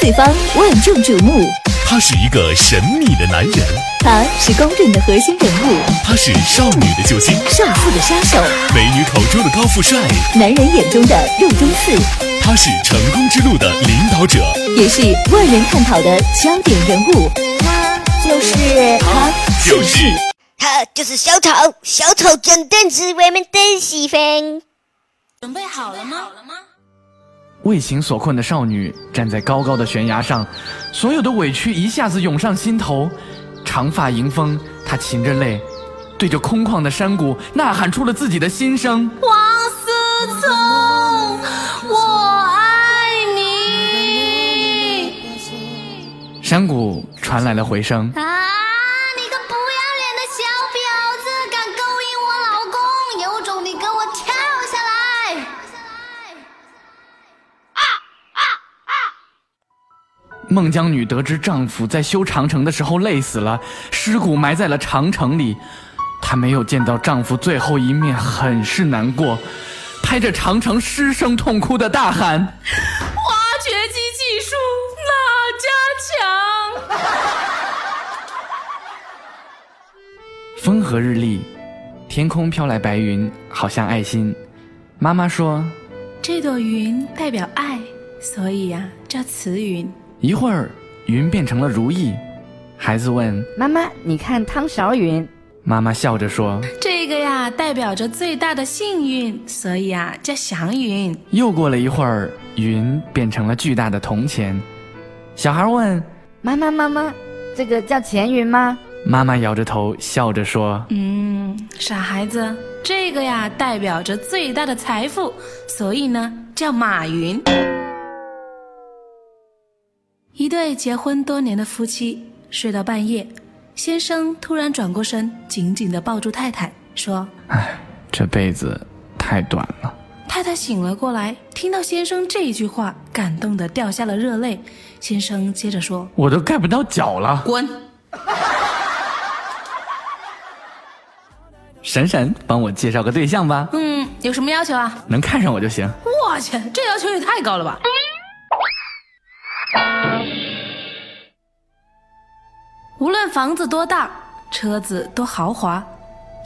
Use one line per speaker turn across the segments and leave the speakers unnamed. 对方万众瞩目。
他是一个神秘的男人，
他是公认的核心人物，
他是少女的救星，
少妇的杀手，
美女口中的高富帅，
男人眼中的肉中刺，
他是成功之路的领导者，
也是万人探讨的焦点人物。
他就是
他就是
他就是小丑，小丑真正是我们的喜欢。
准备好了吗？好了吗？
为情所困的少女站在高高的悬崖上，所有的委屈一下子涌上心头。长发迎风，她噙着泪，对着空旷的山谷呐喊出了自己的心声。
王思聪，我爱你！
山谷传来了回声，
啊，你个不要脸的小婊子，敢勾引我老公，有种你给我跳下来！
孟姜女得知丈夫在修长城的时候累死了，尸骨埋在了长城里。她没有见到丈夫最后一面，很是难过，拍着长城失声痛哭的大喊。
挖掘机技术哪家强？
风和日丽，天空飘来白云，好像爱心。妈妈说，
这朵云代表爱，所以呀、叫慈云。
一会儿云变成了如意。孩子问
妈妈，你看汤勺云，
妈妈，笑着说。
这个呀，代表着最大的幸运，所以呀、叫祥云。
又过了一会儿，云变成了巨大的铜钱。小孩问
妈妈妈妈，这个叫钱云吗？
妈妈，摇着头笑着说。
嗯，傻孩子，这个呀，代表着最大的财富，所以呢，叫马云。一对结婚多年的夫妻睡到半夜，先生突然转过身，紧紧地抱住太太，说：“
这辈子太短了。
太太醒了过来，听到先生这一句话，感动得掉下了热泪。先生接着说
我都盖不到脚了。
滚
闪闪，帮我介绍个对象吧，：“
嗯，有什么要求啊
能看上我就行。？”
我去，这要求也太高了吧！无论房子多大，车子多豪华，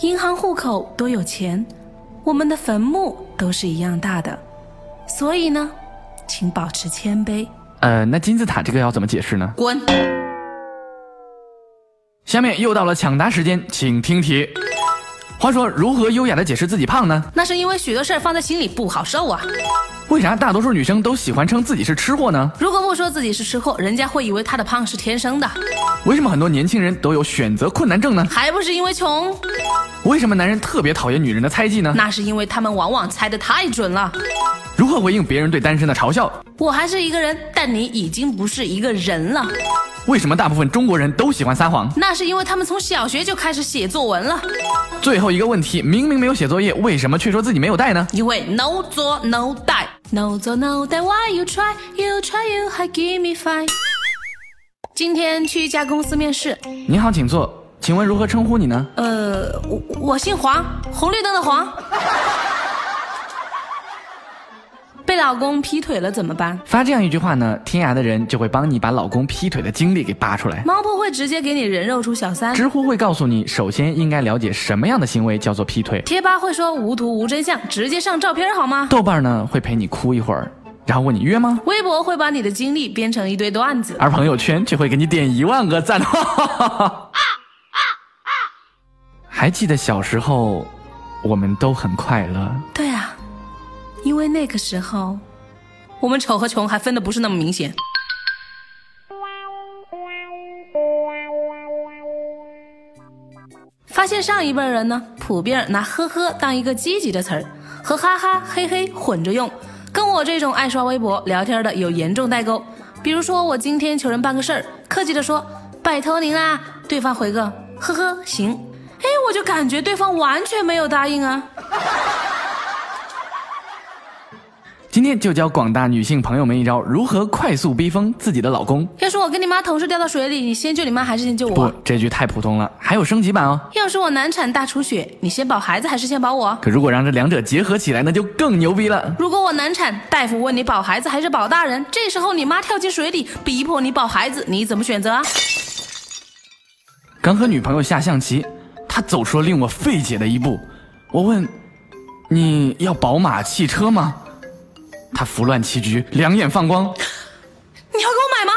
银行户口多有钱，我们的坟墓都是一样大的。所以呢，请保持谦卑。
呃，那金字塔这个要怎么解释呢？
滚！
下面又到了抢答时间，请听题。话说，如何优雅的解释自己胖呢？
那是因为许多事儿放在心里不好受啊。
为啥大多数女生都喜欢称自己是吃货呢？
如果不说自己是吃货，人家会以为她的胖是天生的，
为什么很多年轻人都有选择困难症呢？
还不是因为穷？
为什么男人特别讨厌女人的猜忌呢？
那是因为他们往往猜得太准了。
如何回应别人对单身的嘲笑？
我还是一个人，但你已经不是一个人了。
为什么大部分中国人都喜欢撒谎？
那是因为他们从小学就开始写作文了，
最后一个问题，明明没有写作业，为什么却说自己没有带呢？
因为 no 作 no die。No 作 no die，why you try？You try you 还 give me five。今天去一家公司面试，
您好，请坐，请问如何称呼你呢？
呃，我我姓黄，红绿灯的黄。被老公劈腿了怎么办？
发这样一句话呢，天涯的人就会帮你把老公劈腿的经历给扒出来。
猫扑会直接给你人肉出小三，
知乎会告诉你，首先应该了解什么样的行为叫做劈腿。
贴吧会说无图无真相，直接上照片好吗？
豆瓣呢会陪你哭一会儿，然后问你约吗？
微博会把你的经历编成一堆段子，
而朋友圈却会给你点一万个赞。哦 还记得小时候，我们都很快乐。
对啊，因为那个时候，我们丑和穷还分的不是那么明显。发现上一辈人呢，普遍拿呵呵当一个积极的词儿，和哈哈、嘿嘿混着用，跟我这种爱刷微博聊天的有严重代沟。比如说，我今天求人办个事儿，客气的说“拜托您啦”，对方回个“呵呵，行”，哎，我就感觉对方完全没有答应啊。
今天就教广大女性朋友们一招，如何快速逼疯自己的老公。
要是我跟你妈同时掉到水里，你先救你妈还是先救
不
我？，
这句太普通了，还有升级版哦。
要是我难产大出血，你先保孩子还是先保我？
可如果让这两者结合起来，那就更牛逼了。
如果我难产，大夫问你保孩子还是保大人，这时候你妈跳进水里，逼迫你保孩子，你怎么选择啊？
刚和女朋友下象棋，她走出了令我费解的一步。我问：“你要宝马汽车吗？”她拂乱棋局，两眼放光。
你要给我买吗？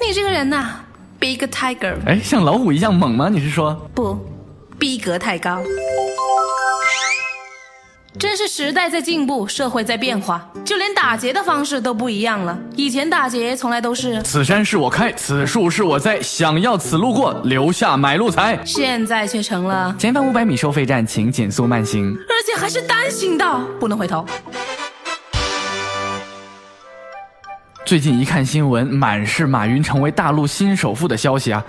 你这个人呐、逼格太高，
哎，像老虎一样猛啊吗？你是说？
不，逼格太高。真是时代在进步，社会在变化，就连打劫的方式都不一样了。以前打劫从来都是，
此山是我开，此树是我栽，想要此路过，留下买路财。
现在却成了，
前方五百米收费站，请减速慢行。
而且还是单行道，不能回头。
最近一看新闻，满是马云成为大陆新首富的消息啊，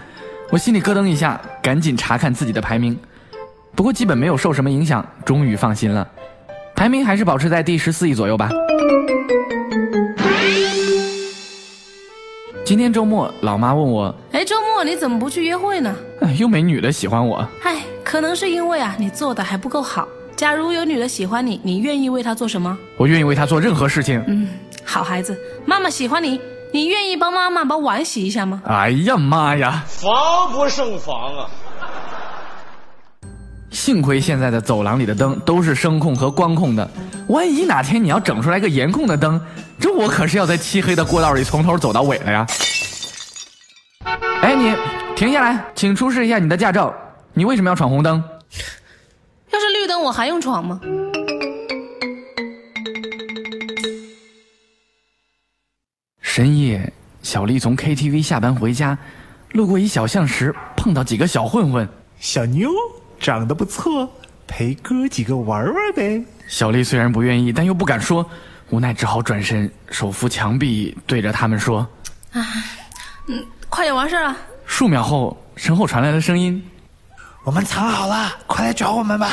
我心里咯噔一下，赶紧查看自己的排名。不过基本没有受什么影响，终于放心了，排名还是保持在第十四亿左右吧。今天周末，老妈问我，
哎，周末你怎么不去约会呢？
哎又没女的喜欢我，
哎，可能是因为啊，你做的还不够好。假如有女的喜欢你，你愿意为她做什么？
我愿意为她做任何事情。
嗯，好孩子，妈妈喜欢你，你愿意帮妈妈把碗洗一下吗？
哎呀妈呀！
防不胜防啊！
幸亏现在的走廊里的灯都是声控和光控的，万一哪天你要整出来个颜控的灯，这我可是要在漆黑的过道里从头走到尾了呀！哎，你停下来，请出示一下你的驾照。你为什么要闯红灯？
要是绿灯，我还用闯吗？
深夜，小丽从 KTV 下班回家，路过一小巷时碰到几个小混混。
小妞长得不错，陪哥几个玩玩呗。
小丽虽然不愿意，但又不敢说，无奈只好转身，手扶墙壁，对着他们说。
快点完事儿啊！
数秒后，身后传来了声音，
我们藏好了，快来找我们吧！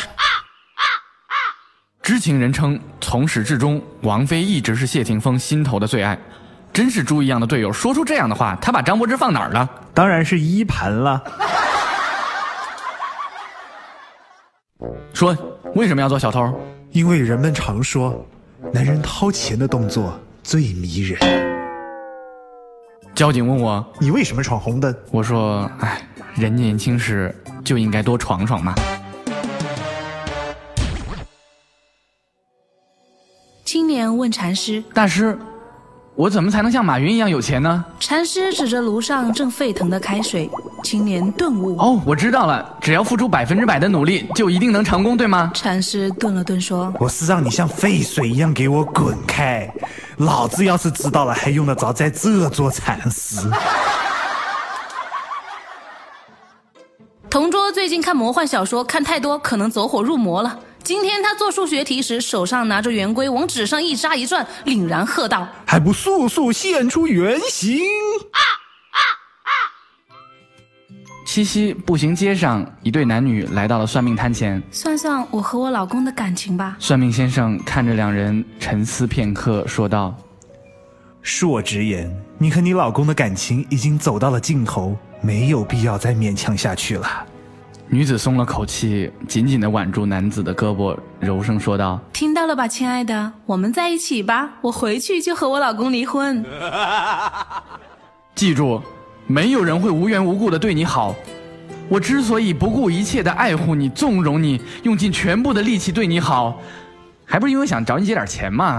知情人称，从始至终，王菲一直是谢霆锋心头的最爱。真是猪一样的队友，说出这样的话，他把张柏芝放哪儿了？
当然是一盘了。
说为什么要做小偷？
因为人们常说，男人掏钱的动作最迷人。
交警问我，
你为什么闯红灯？
我说，哎，人年轻时就应该多闯闯嘛。
青年问禅师，
大师，我怎么才能像马云一样有钱呢？
禅师指着炉上正沸腾的开水，青年顿悟。
哦，我知道了，只要付出百分之百的努力，就一定能成功，对吗？
禅师顿了顿说
我是让你像沸水一样给我滚开！老子要是知道了，还用得着在这做禅师？：“
同桌最近看魔幻小说看太多，可能走火入魔了。今天他做数学题时，手上拿着圆规往纸上一扎一转，凛然喝道
还不速速现出原形？
七夕步行街上，一对男女来到了算命摊前，：‘
算算我和我老公的感情吧。
算命先生看着两人沉思片刻，说道。
恕我直言，你和你老公的感情已经走到了尽头，没有必要再勉强下去了。
女子松了口气，紧紧地挽住男子的胳膊，柔声说道’
听到了吧，亲爱的，我们在一起吧。我回去就和我老公离婚。：“
记住，没有人会无缘无故的对你好。我之所以不顾一切的爱护你、纵容你，用尽全部的力气对你好，还不是因为想找你借点钱吗？”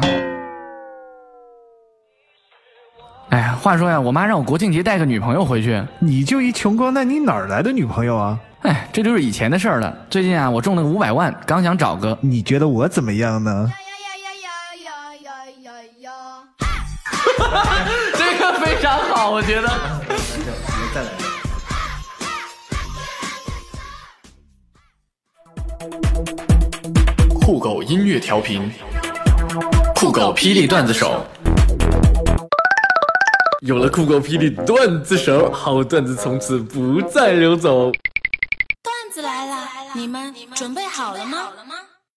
哎呀，话说呀，我妈让我国庆节带个女朋友回去。
你就一穷光蛋，你哪儿来的女朋友啊？
哎，这就是以前的事儿了。最近啊，我中了五百万，刚想找个，
你觉得我怎么样呢？
哎呀呀呀哎呀呀呀呀！
这个非常好，我觉得。酷狗音乐调频，酷狗霹雳段子手。有了酷狗霹雳段子手，好段子从此不再流走。
段子来了，你们准备好了吗？